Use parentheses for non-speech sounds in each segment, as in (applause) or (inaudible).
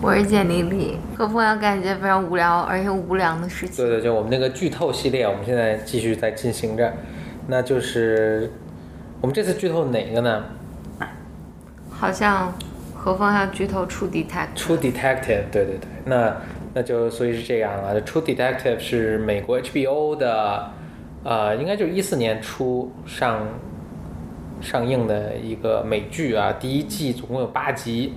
我是简丽丽，和朋友干一件非常无聊而且无良的事情。对对，就我们那个剧透系列，我们现在继续在进行着，那就是我们这次剧透哪个呢？好像何峰要剧透出 detect， True Detective，对对对，那那就所以是这样了。True Detective 是美国 HBO 的，呃，应该就是一四年初上上映的一个美剧啊，第一季总共有八集，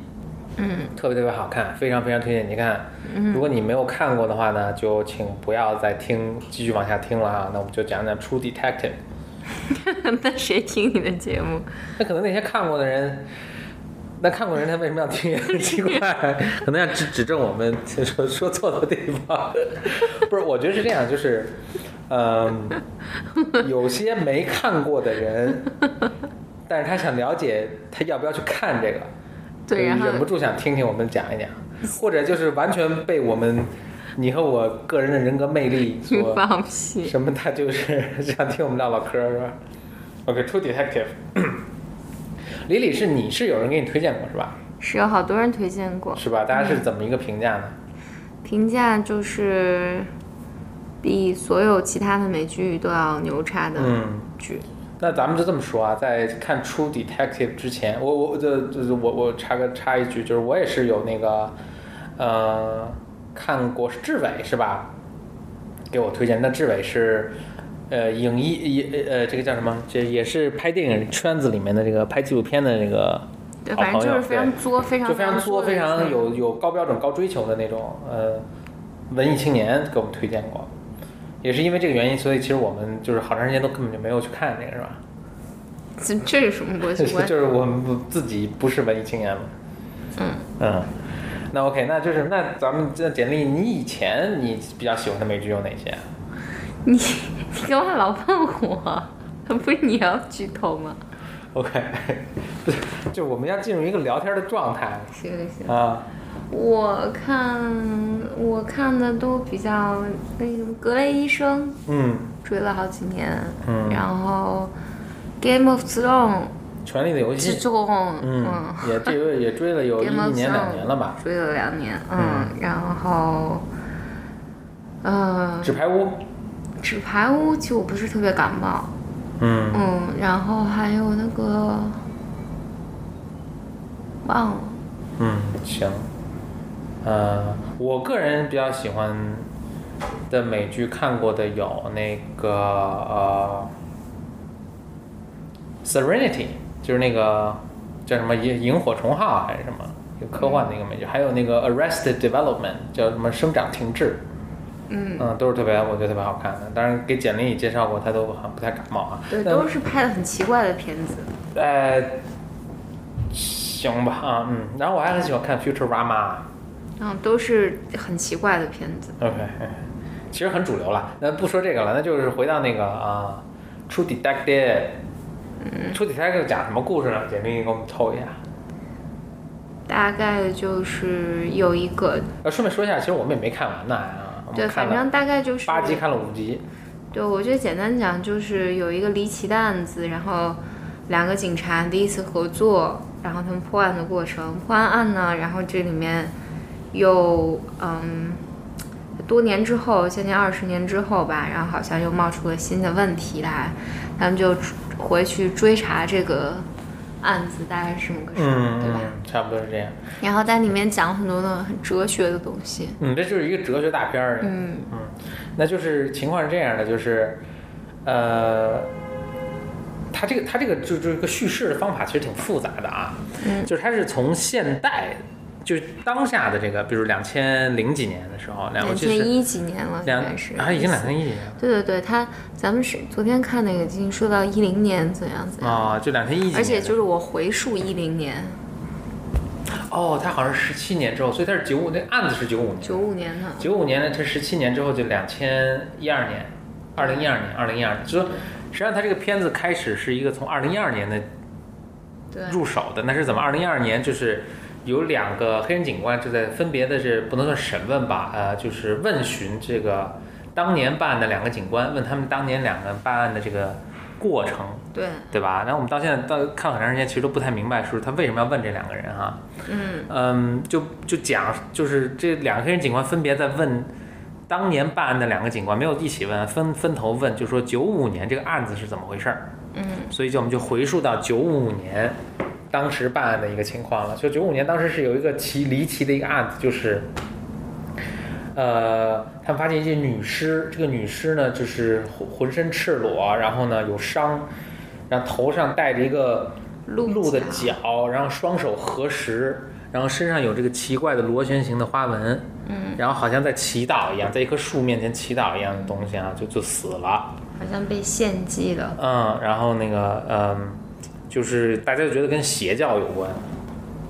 嗯，特别特别好看，非常非常推荐你看。如果你没有看过的话呢，就请不要再听，继续往下听了啊。那我们就讲讲 True Detective。 (laughs) 那谁听你的节目？那可能那些看过的人，那看过的人他为什么 (laughs) 要听？很奇怪，可能要指指正我们 (laughs) 说说错的地方。 (laughs) 不是，我觉得是这样，就是， (laughs) 嗯、有些没看过的人，但是他想了解他要不要去看这个，对，然就后忍不住想听听我们讲一讲，或者就是完全被我们你和我个人的人格魅力你所 (laughs) 放屁。什么？他就是想听我们唠唠嗑儿是吧？OK，True、Detective，李李是你是有人给你推荐过是吧？是有好多人推荐过，是吧？大家是怎么一个评价呢？评价就是比所有其他的美剧都要牛叉的嗯剧。那咱们就这么说啊，在看《True Detective》之前，我我这这我我插个插一句，就是我也是有那个，呃，看过是志伟是吧？给我推荐，那志伟是，呃，影艺也呃这个叫什么？这也是拍电影圈子里面的这个拍纪录片的这个对，好反正朋就友是非对常作，非常就非常作，作、非常的有有高标准、高追求的那种呃文艺青年给我们推荐过，也是因为这个原因，所以其实我们就是好长时间都根本就没有去看这个，是吧？这这有什 (laughs) 么关系？我就是我们自己不是文艺青年嘛。嗯嗯，那 OK，那就是那咱们这简历，你以前你比较喜欢的美剧有哪些啊？你你干嘛老问我？ (laughs) 不是你要剧透吗？ ？OK，不是 (laughs) 就我们要进入一个聊天的状态行行行，啊。我看我看的都比较那什么，《格雷医生嗯，》追了好几年，嗯然后《Game of Thrones》 《权力的游戏之》中，嗯，也这个也追了有一 Game of 年两年了吧， Thrones 追了两年，嗯，然后，呃，《纸牌屋》纸牌屋其实我不是特别感冒，嗯。嗯，然后还有那个忘了，嗯，行。呃，我个人比较喜欢的美剧看过的有那个呃，《Serenity》，就是那个叫什么《萤萤火虫号》还是什么，有科幻的一个美剧，还有那个《Arrested Development》，叫什么《生长停滞》。嗯，嗯，都是特别，我觉得特别好看的。当然，给简历也介绍过，他都好像不太感冒啊。对，但都是拍的很奇怪的片子。呃，行吧啊，嗯。然后我还很喜欢看《Futurama》。嗯，都是很奇怪的片子。 OK，其实很主流了。那不说这个了，那就是回到那个啊，《True Detective》。嗯。True Detective 讲什么故事呢？简历给我们透一下。大概就是有一个，呃，顺便说一下，其实我们也没看完呢啊，我对，们看反了正大概就是八集，看了五集。对我觉得简单讲就是有一个离奇的案子，然后两个警察第一次合作，然后他们破案的过程。破完案呢，然后这里面又嗯，多年之后，将近二十年之后吧，然后好像又冒出了新的问题来，他们就回去追查这个案子大概是什么个事儿，嗯，对吧？嗯差不多是这样。然后在里面讲很多的很哲学的东西。嗯，这就是一个哲学大片儿。嗯嗯，那就是情况是这样的，就是，呃，它这个它这个就这个叙事的方法其实挺复杂的啊，嗯就是它是从现代，就是当下的这个，比如两千零几年的时候，两两我记千得是一几年了，应两该是啊，已经两千一几年了对对对，他咱们是昨天看那个已经说到一零年怎样怎样，啊、就两千一几年的，而且就是我回溯一零年哦，它好像是十七年之后，所以它是九五，那案子是九五年，九五年的，九五年呢，它十七年之后就两千一二年，二零一二年，二零一二年，就说实际上它这个片子开始是一个从二零一二年的对入手的，那是怎么？二零一二年就是有两个黑人警官就在分别的是不能算审问吧，呃，就是问询这个当年办案的两个警官，问他们当年两个办案的这个过程，对，对吧？然后我们到现在到看很长时间，其实都不太明白，是他为什么要问这两个人哈、嗯嗯，就就讲，就是这两个黑人警官分别在问当年办案的两个警官，没有一起问，分分头问，就说九五年这个案子是怎么回事儿。嗯所以就我们就回溯到九五年当时办案的一个情况了。就九五年当时是有一个奇离奇的一个案子，就是呃，他们发现一具女尸，这个女尸呢就是浑浑身赤裸，然后呢有伤，然后头上戴着一个鹿鹿的角角，然后双手合十，然后身上有这个奇怪的螺旋形的花纹，嗯，然后好像在祈祷一样，在一棵树面前祈祷一样的东西啊，就就死了。好像被献祭了，嗯，然后那个嗯，就是大家就觉得跟邪教有关，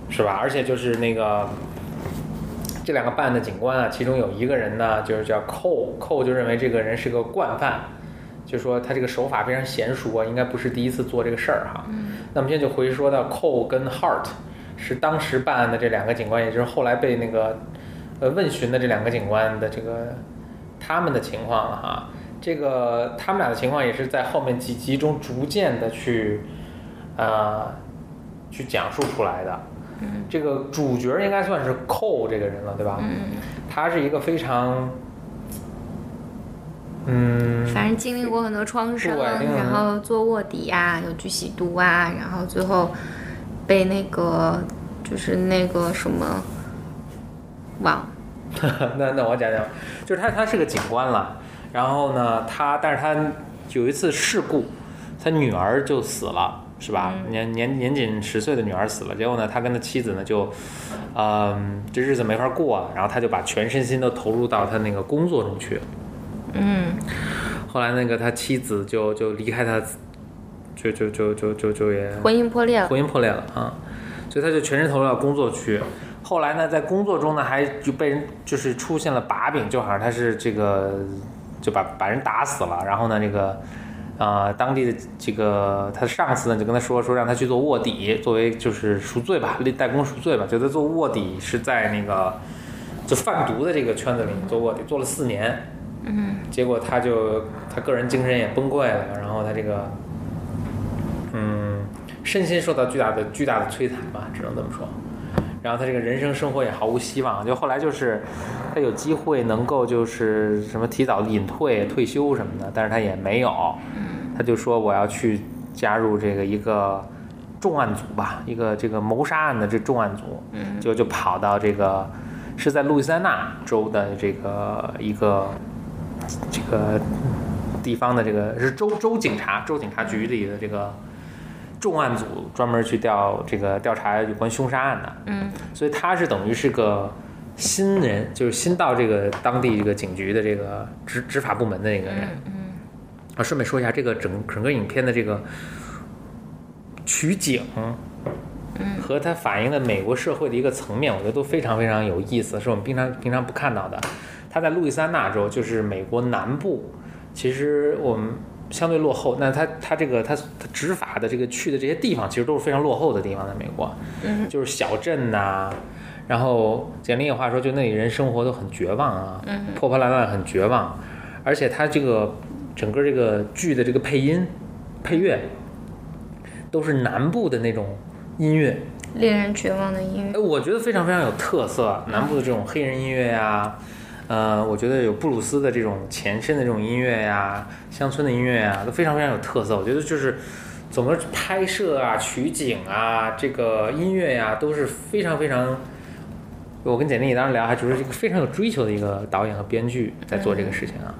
是吧？而且就是那个这两个办案的警官啊，其中有一个人呢，就是叫寇，寇就认为这个人是个惯犯，就说他这个手法非常娴熟啊，应该不是第一次做这个事儿哈。那么现在就回说到寇跟 Hart 是当时办案的这两个警官，也就是后来被那个呃问询的这两个警官的这个他们的情况了哈。这个他们俩的情况也是在后面几集中逐渐的去，呃，去讲述出来的。嗯这个主角应该算是寇这个人了，对吧？嗯，他是一个非常，嗯，反正经历过很多创伤，对嗯令人然后做卧底啊，有去吸毒啊，然后最后被那个就是那个什么忘了， (laughs) 那那我讲讲，就是他他是个警官了，然后呢，他但是他有一次事故，他女儿就死了，是吧？年年年仅十岁的女儿死了，结果呢，他跟他妻子呢就，嗯、这日子没法过啊，然后他就把全身心都投入到他那个工作中去了。嗯后来那个他妻子就就离开他，就就就就就就也婚姻破裂了，婚姻破裂了啊，所以他就全身投入到工作去。后来呢，在工作中呢，还就被人就是出现了把柄，就好像他是这个就把把人打死了。然后呢，这个呃当地的这个他的上司呢就跟他说说让他去做卧底，作为就是赎罪吧，立代工赎罪吧。觉得做卧底是在那个就贩毒的这个圈子里做卧底，做了四年。嗯结果他就他个人精神也崩溃了，然后他这个，嗯，身心受到巨大的巨大的摧残吧，只能这么说。然后他这个人生生活也毫无希望，就后来就是他有机会能够就是什么提早隐退、退休什么的，但是他也没有，他就说我要去加入这个一个重案组吧，一个这个谋杀案的这重案组，嗯就就跑到这个是在路易斯安那州的这个一个这个地方的这个是州州警察州警察局里的这个重案组专门去调这个调查有关凶杀案的，嗯所以他是等于是个新人，就是新到这个当地这个警局的这个执执法部门的那个人。嗯嗯啊，顺便说一下，这个整整个影片的这个取景，嗯和它反映的美国社会的一个层面，我觉得都非常非常有意思，是我们平常平常不看到的。它在路易斯安那州，就是美国南部，其实我们相对落后。那它它这个它它执法的这个去的这些地方，其实都是非常落后的地方，在美国，嗯就是小镇呐、然后简历的话说，就那里人生活都很绝望啊，嗯破破烂烂，很绝望。而且它这个整个这个剧的这个配音、配乐都是南部的那种音乐，令人绝望的音乐，哎，我觉得非常非常有特色，啊南部的这种黑人音乐呀、呃，我觉得有布鲁斯的这种前身的这种音乐呀、乡村的音乐啊呀，都非常非常有特色。我觉得就是整个拍摄啊、取景啊、这个音乐呀，都是非常非常。我跟简历当时聊，还觉得是一个非常有追求的一个导演和编剧在做这个事情啊。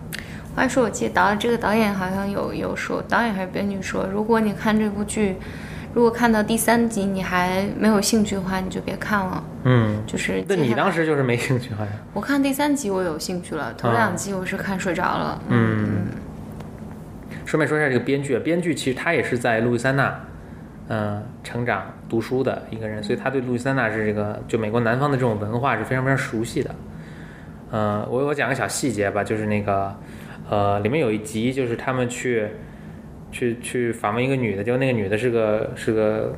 话说，我记得导这个导演好像有有说，导演还是编剧说，如果你看这部剧，如果看到第三集你还没有兴趣的话，你就别看了。嗯，就是那你接下来当时就是没兴趣好像？我看第三集我有兴趣了，头啊两集我是看睡着了。嗯，顺便说一下这个编剧，啊编剧其实他也是在路易斯安那，嗯、成长读书的一个人，所以他对路易斯安那是这个就美国南方的这种文化是非常非常熟悉的。嗯、我我讲个小细节吧，就是那个呃，里面有一集就是他们去去去访问一个女的，结果那个女的是个是个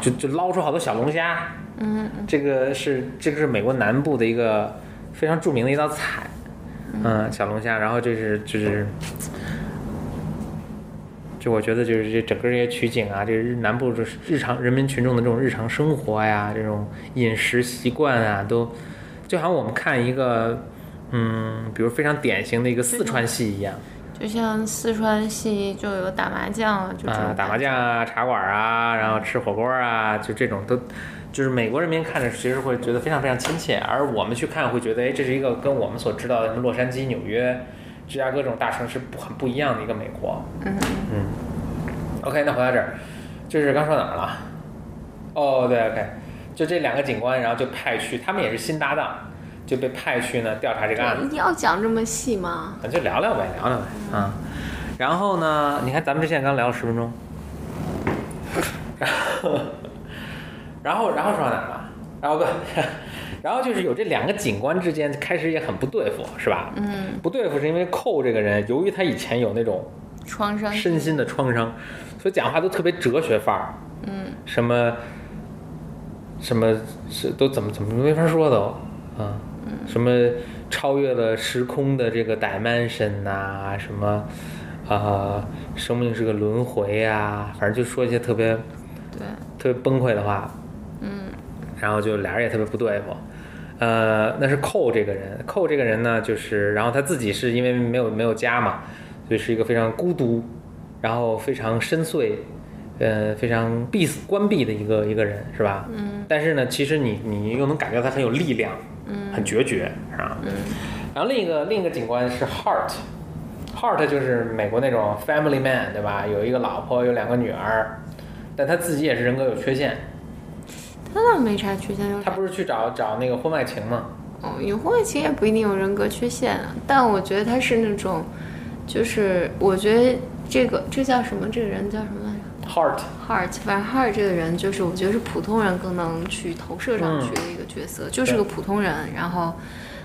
就就捞出好多小龙虾，嗯这个是这个是美国南部的一个非常著名的一道菜，呃嗯，小龙虾，然后这是就是。就我觉得就是这整个这些取景啊，这个日南部就是日常人民群众的这种日常生活呀，这种饮食习惯啊，都就好像我们看一个嗯，比如非常典型的一个四川戏一样就像四川系就有打麻将啊，就这种、啊，打麻将啊，茶馆啊，然后吃火锅啊，就这种都。就是美国人民看着其实会觉得非常非常亲切，而我们去看会觉得，哎，这是一个跟我们所知道的什么洛杉矶、纽约、芝加哥这种大城市不很不一样的一个美国。嗯， OK，那回到这儿，就是刚说哪儿了？哦，对，OK，就这两个警官，然后就派去，他们也是新搭档，就被派去呢调查这个案子。你要讲这么细吗？咱就聊聊呗，聊聊呗，啊、然后呢，你看咱们这现在刚聊了十分钟，然后，然后，然后说到哪儿了？然后不，然后就是有这两个警官之间开始也很不对付，是吧？嗯，不对付是因为寇这个人，由于他以前有那种创伤身心的创伤，所以讲话都特别哲学范儿，嗯，什么什么是都怎么怎么没法说都，啊，什么超越了时空的这个 dimension 呐、什么啊、生命是个轮回呀、反正就说一些特别对，特别崩溃的话，嗯然后就俩人也特别不对付。呃，那是寇这个人，寇这个人呢，就是然后他自己是因为没有没有家嘛，所以是一个非常孤独，然后非常深邃，呃，非常闭死关闭的一个一个人，是吧？嗯。但是呢，其实你你又能感觉到他很有力量，嗯很决绝，是吧？嗯然后另一个另一个警官是 Hart，Hart 就是美国那种 family man，对吧？有一个老婆，有两个女儿，但他自己也是人格有缺陷，他倒没啥缺陷，就是他不是去找找那个婚外情吗？哦，有婚外情也不一定有人格缺陷啊，但我觉得他是那种，就是我觉得这个这叫什么？这个人叫什么来着 Heart， ？Hart，反正 Hart 这个人就是我觉得是普通人更能去投射嗯上去的一个角色，就是个普通人，然后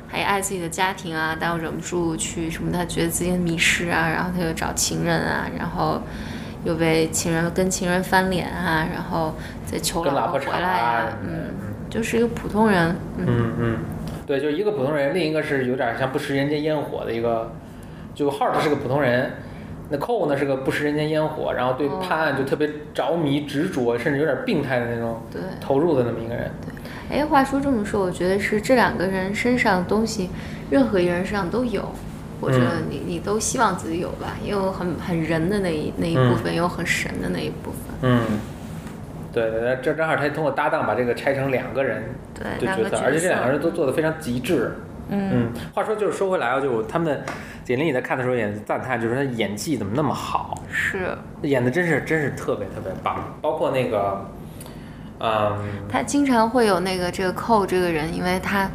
还爱自己的家庭啊，但又忍不住去什么，他觉得自己迷失啊，然后他又找情人啊，然后。又被情人跟情人翻脸啊，然后再求跟老老婆婆吵回来呀、啊，嗯，就是一个普通人，嗯，嗯嗯，对，就一个普通人，另一个是有点像不食人间烟火的一个，就 Hart 是个普通人，那 Cole 呢是个不食人间烟火，然后对哦判案就特别着迷执着，甚至有点病态的那种对。投入的那么一个人。哎，话说这么说，我觉得是这两个人身上的东西，任何一个人身上都有。我觉嗯得你你都希望自己有吧，也有很很人的那一那一部分，也有很神的那一部分。嗯，对对，那这正好他通过搭档把这个拆成两个人对，的两角个色，角色，而且这两个人都做的非常极致。嗯，嗯，话说就是说回来啊，就他们简玲也在看的时候也赞叹，就是他演技怎么那么好。是演的真是真是特别特别棒，包括那个，嗯，他经常会有那个这个寇这个人，因为他，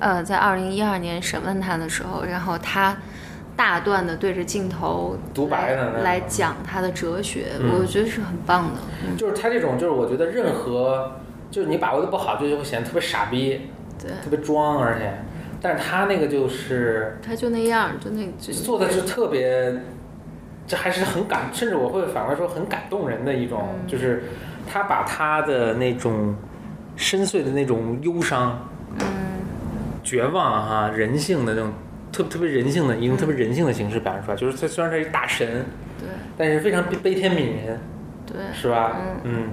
呃，在二零一二年审问他的时候，然后他大段的对着镜头独白呢来来讲他的哲学，嗯我觉得是很棒的。嗯，就是他这种，就是我觉得任何，就是你把握的不好，就就会显得特别傻逼，对，特别装，而且，但是他那个就是他就那样，就那就做的是特别，这还是很感，甚至我会反过来说很感动人的一种，嗯就是他把他的那种深邃的那种忧伤、嗯。绝望哈、人性的那种特特别人性的一种特别人性的形式表现出来，就是他虽然他是一大神，对但是非常悲悲天悯人。对，是吧？嗯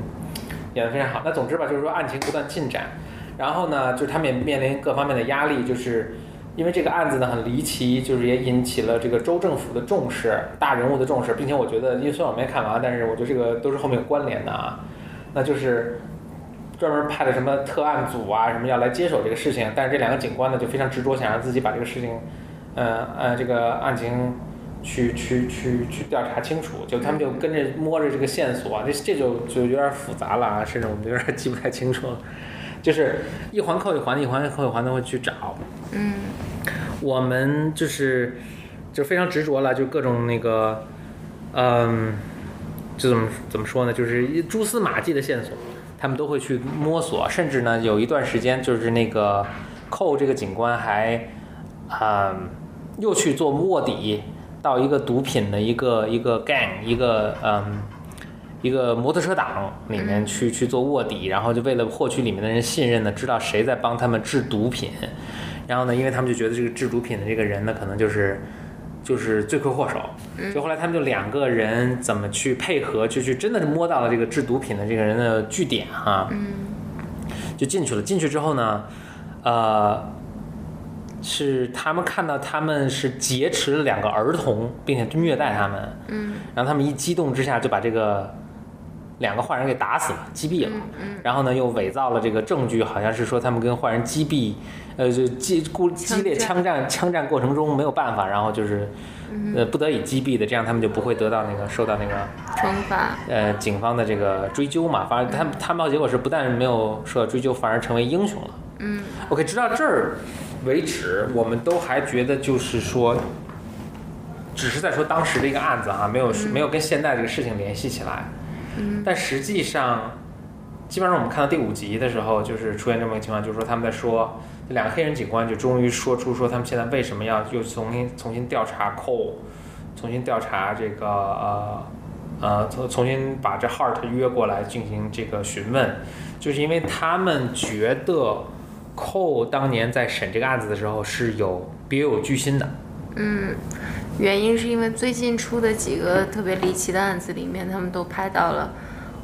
演得非常好。那总之吧，就是说案情不断进展，然后呢，就是他们也面临各方面的压力，就是因为这个案子呢很离奇，就是也引起了这个州政府的重视，大人物的重视，并且我觉得，因为虽然我没看完，但是我觉得这个都是后面有关联的啊。那就是专门派的什么特案组啊，什么要来接手这个事情，但是这两个警官呢就非常执着，想让自己把这个事情，呃呃，这个案情去去去去调查清楚，就他们就跟着摸着这个线索，啊这这就就有点复杂了啊，甚至我们有点记不太清楚了，就是一环扣一环，一环扣一环的会去找，嗯我们就是就非常执着了，就各种那个，嗯，就怎么怎么说呢，就是一蛛丝马迹的线索，他们都会去摸索，甚至呢有一段时间就是那个寇这个警官还，嗯，又去做卧底，到一个毒品的一个一个 gang 一个嗯。一个摩托车党里面去去做卧底，然后就为了获取里面的人信任呢，知道谁在帮他们制毒品，然后呢，因为他们就觉得这个制毒品的这个人呢，可能就是就是罪魁祸首。所以后来他们就两个人怎么去配合，就去真的是摸到了这个制毒品的这个人的据点啊，就进去了。进去之后呢，呃，是他们看到他们是劫持了两个儿童，并且虐待他们，嗯然后他们一激动之下就把这个两个坏人给打死了，击毙了。嗯然后呢，又伪造了这个证据，好像是说他们跟坏人击毙，呃，就激故激烈枪战枪战过程中没有办法，然后就是，呃，不得已击毙的，这样他们就不会得到那个受到那个嗯，惩罚，呃警方的这个追究嘛。嗯反正他们他们结果是不但没有受到追究，反而成为英雄了。嗯 OK，直到这儿为止，我们都还觉得就是说，只是在说当时的一个案子哈、没有、没有跟现在这个事情联系起来。嗯但实际上，基本上我们看到第五集的时候，就是出现这么个情况，就是说他们在说，这两个黑人警官就终于说出说他们现在为什么要又重新重新调查 Cole，重新调查这个呃呃重重新把这 Hart 约过来进行这个询问，就是因为他们觉得 Cole 当年在审这个案子的时候是有别有居心的，嗯，原因是因为最近出的几个特别离奇的案子里面，他们都拍到了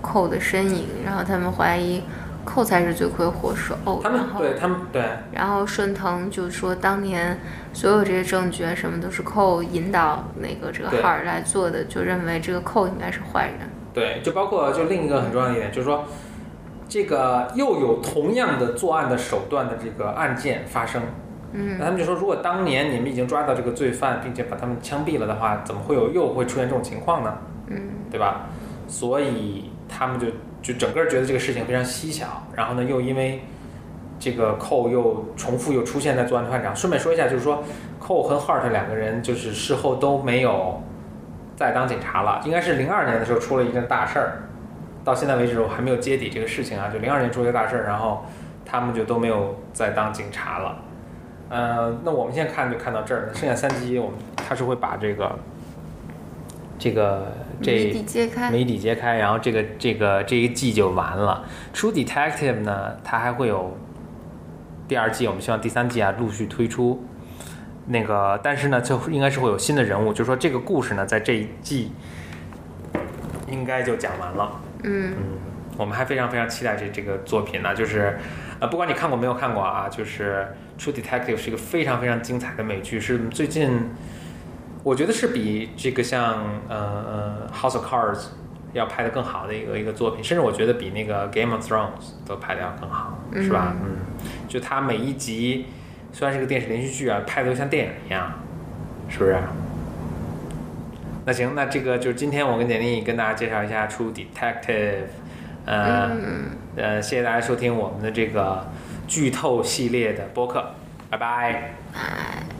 寇的身影，然后他们怀疑寇才是罪魁祸首，他们哦然后对他们对然后顺藤就说，当年所有这些证据啊什么都是寇引导那个这个对哈尔来做的，就认为这个寇应该是坏人。对，就包括就另一个很重要的一点，就是说，这个又有同样的作案的手段的这个案件发生，嗯那他们就说，如果当年你们已经抓到这个罪犯，并且把他们枪毙了的话，怎么会有又会出现这种情况呢？嗯对吧？所以他们就就整个觉得这个事情非常蹊跷，然后呢，又因为这个寇又重复又出现在作案的现场。顺便说一下，就是说寇和 Hart 两个人就是事后都没有再当警察了，应该是零二年的时候出了一件大事儿，到现在为止我还没有揭底这个事情啊，就零二年出了一个大事儿，然后他们就都没有再当警察了。呃，那我们现在看就看到这儿，剩下三集我们他是会把这个这个这谜底揭哎开。谜底揭开，然后这个这个这一季就完了。True Detective 呢，它还会有第二季，我们希望第三季啊陆续推出。那个，但是呢，就应该是会有新的人物，就是说这个故事呢，在这一季应该就讲完了。嗯，嗯，我们还非常非常期待这这个作品呢、就是呃，不管你看过没有看过啊，就是《True Detective》是一个非常非常精彩的美剧，是最近我觉得是比这个像呃呃《House of Cards》要拍的更好的一个一个作品，甚至我觉得比那个《Game of Thrones》都拍的要更好，是吧？嗯，就它每一集虽然是个电视连续剧啊，拍的都像电影一样，是不是？那行，那这个就是今天我跟简历跟大家介绍一下《True Detective》，呃、呃，谢谢大家收听我们的这个剧透系列的播客，拜拜。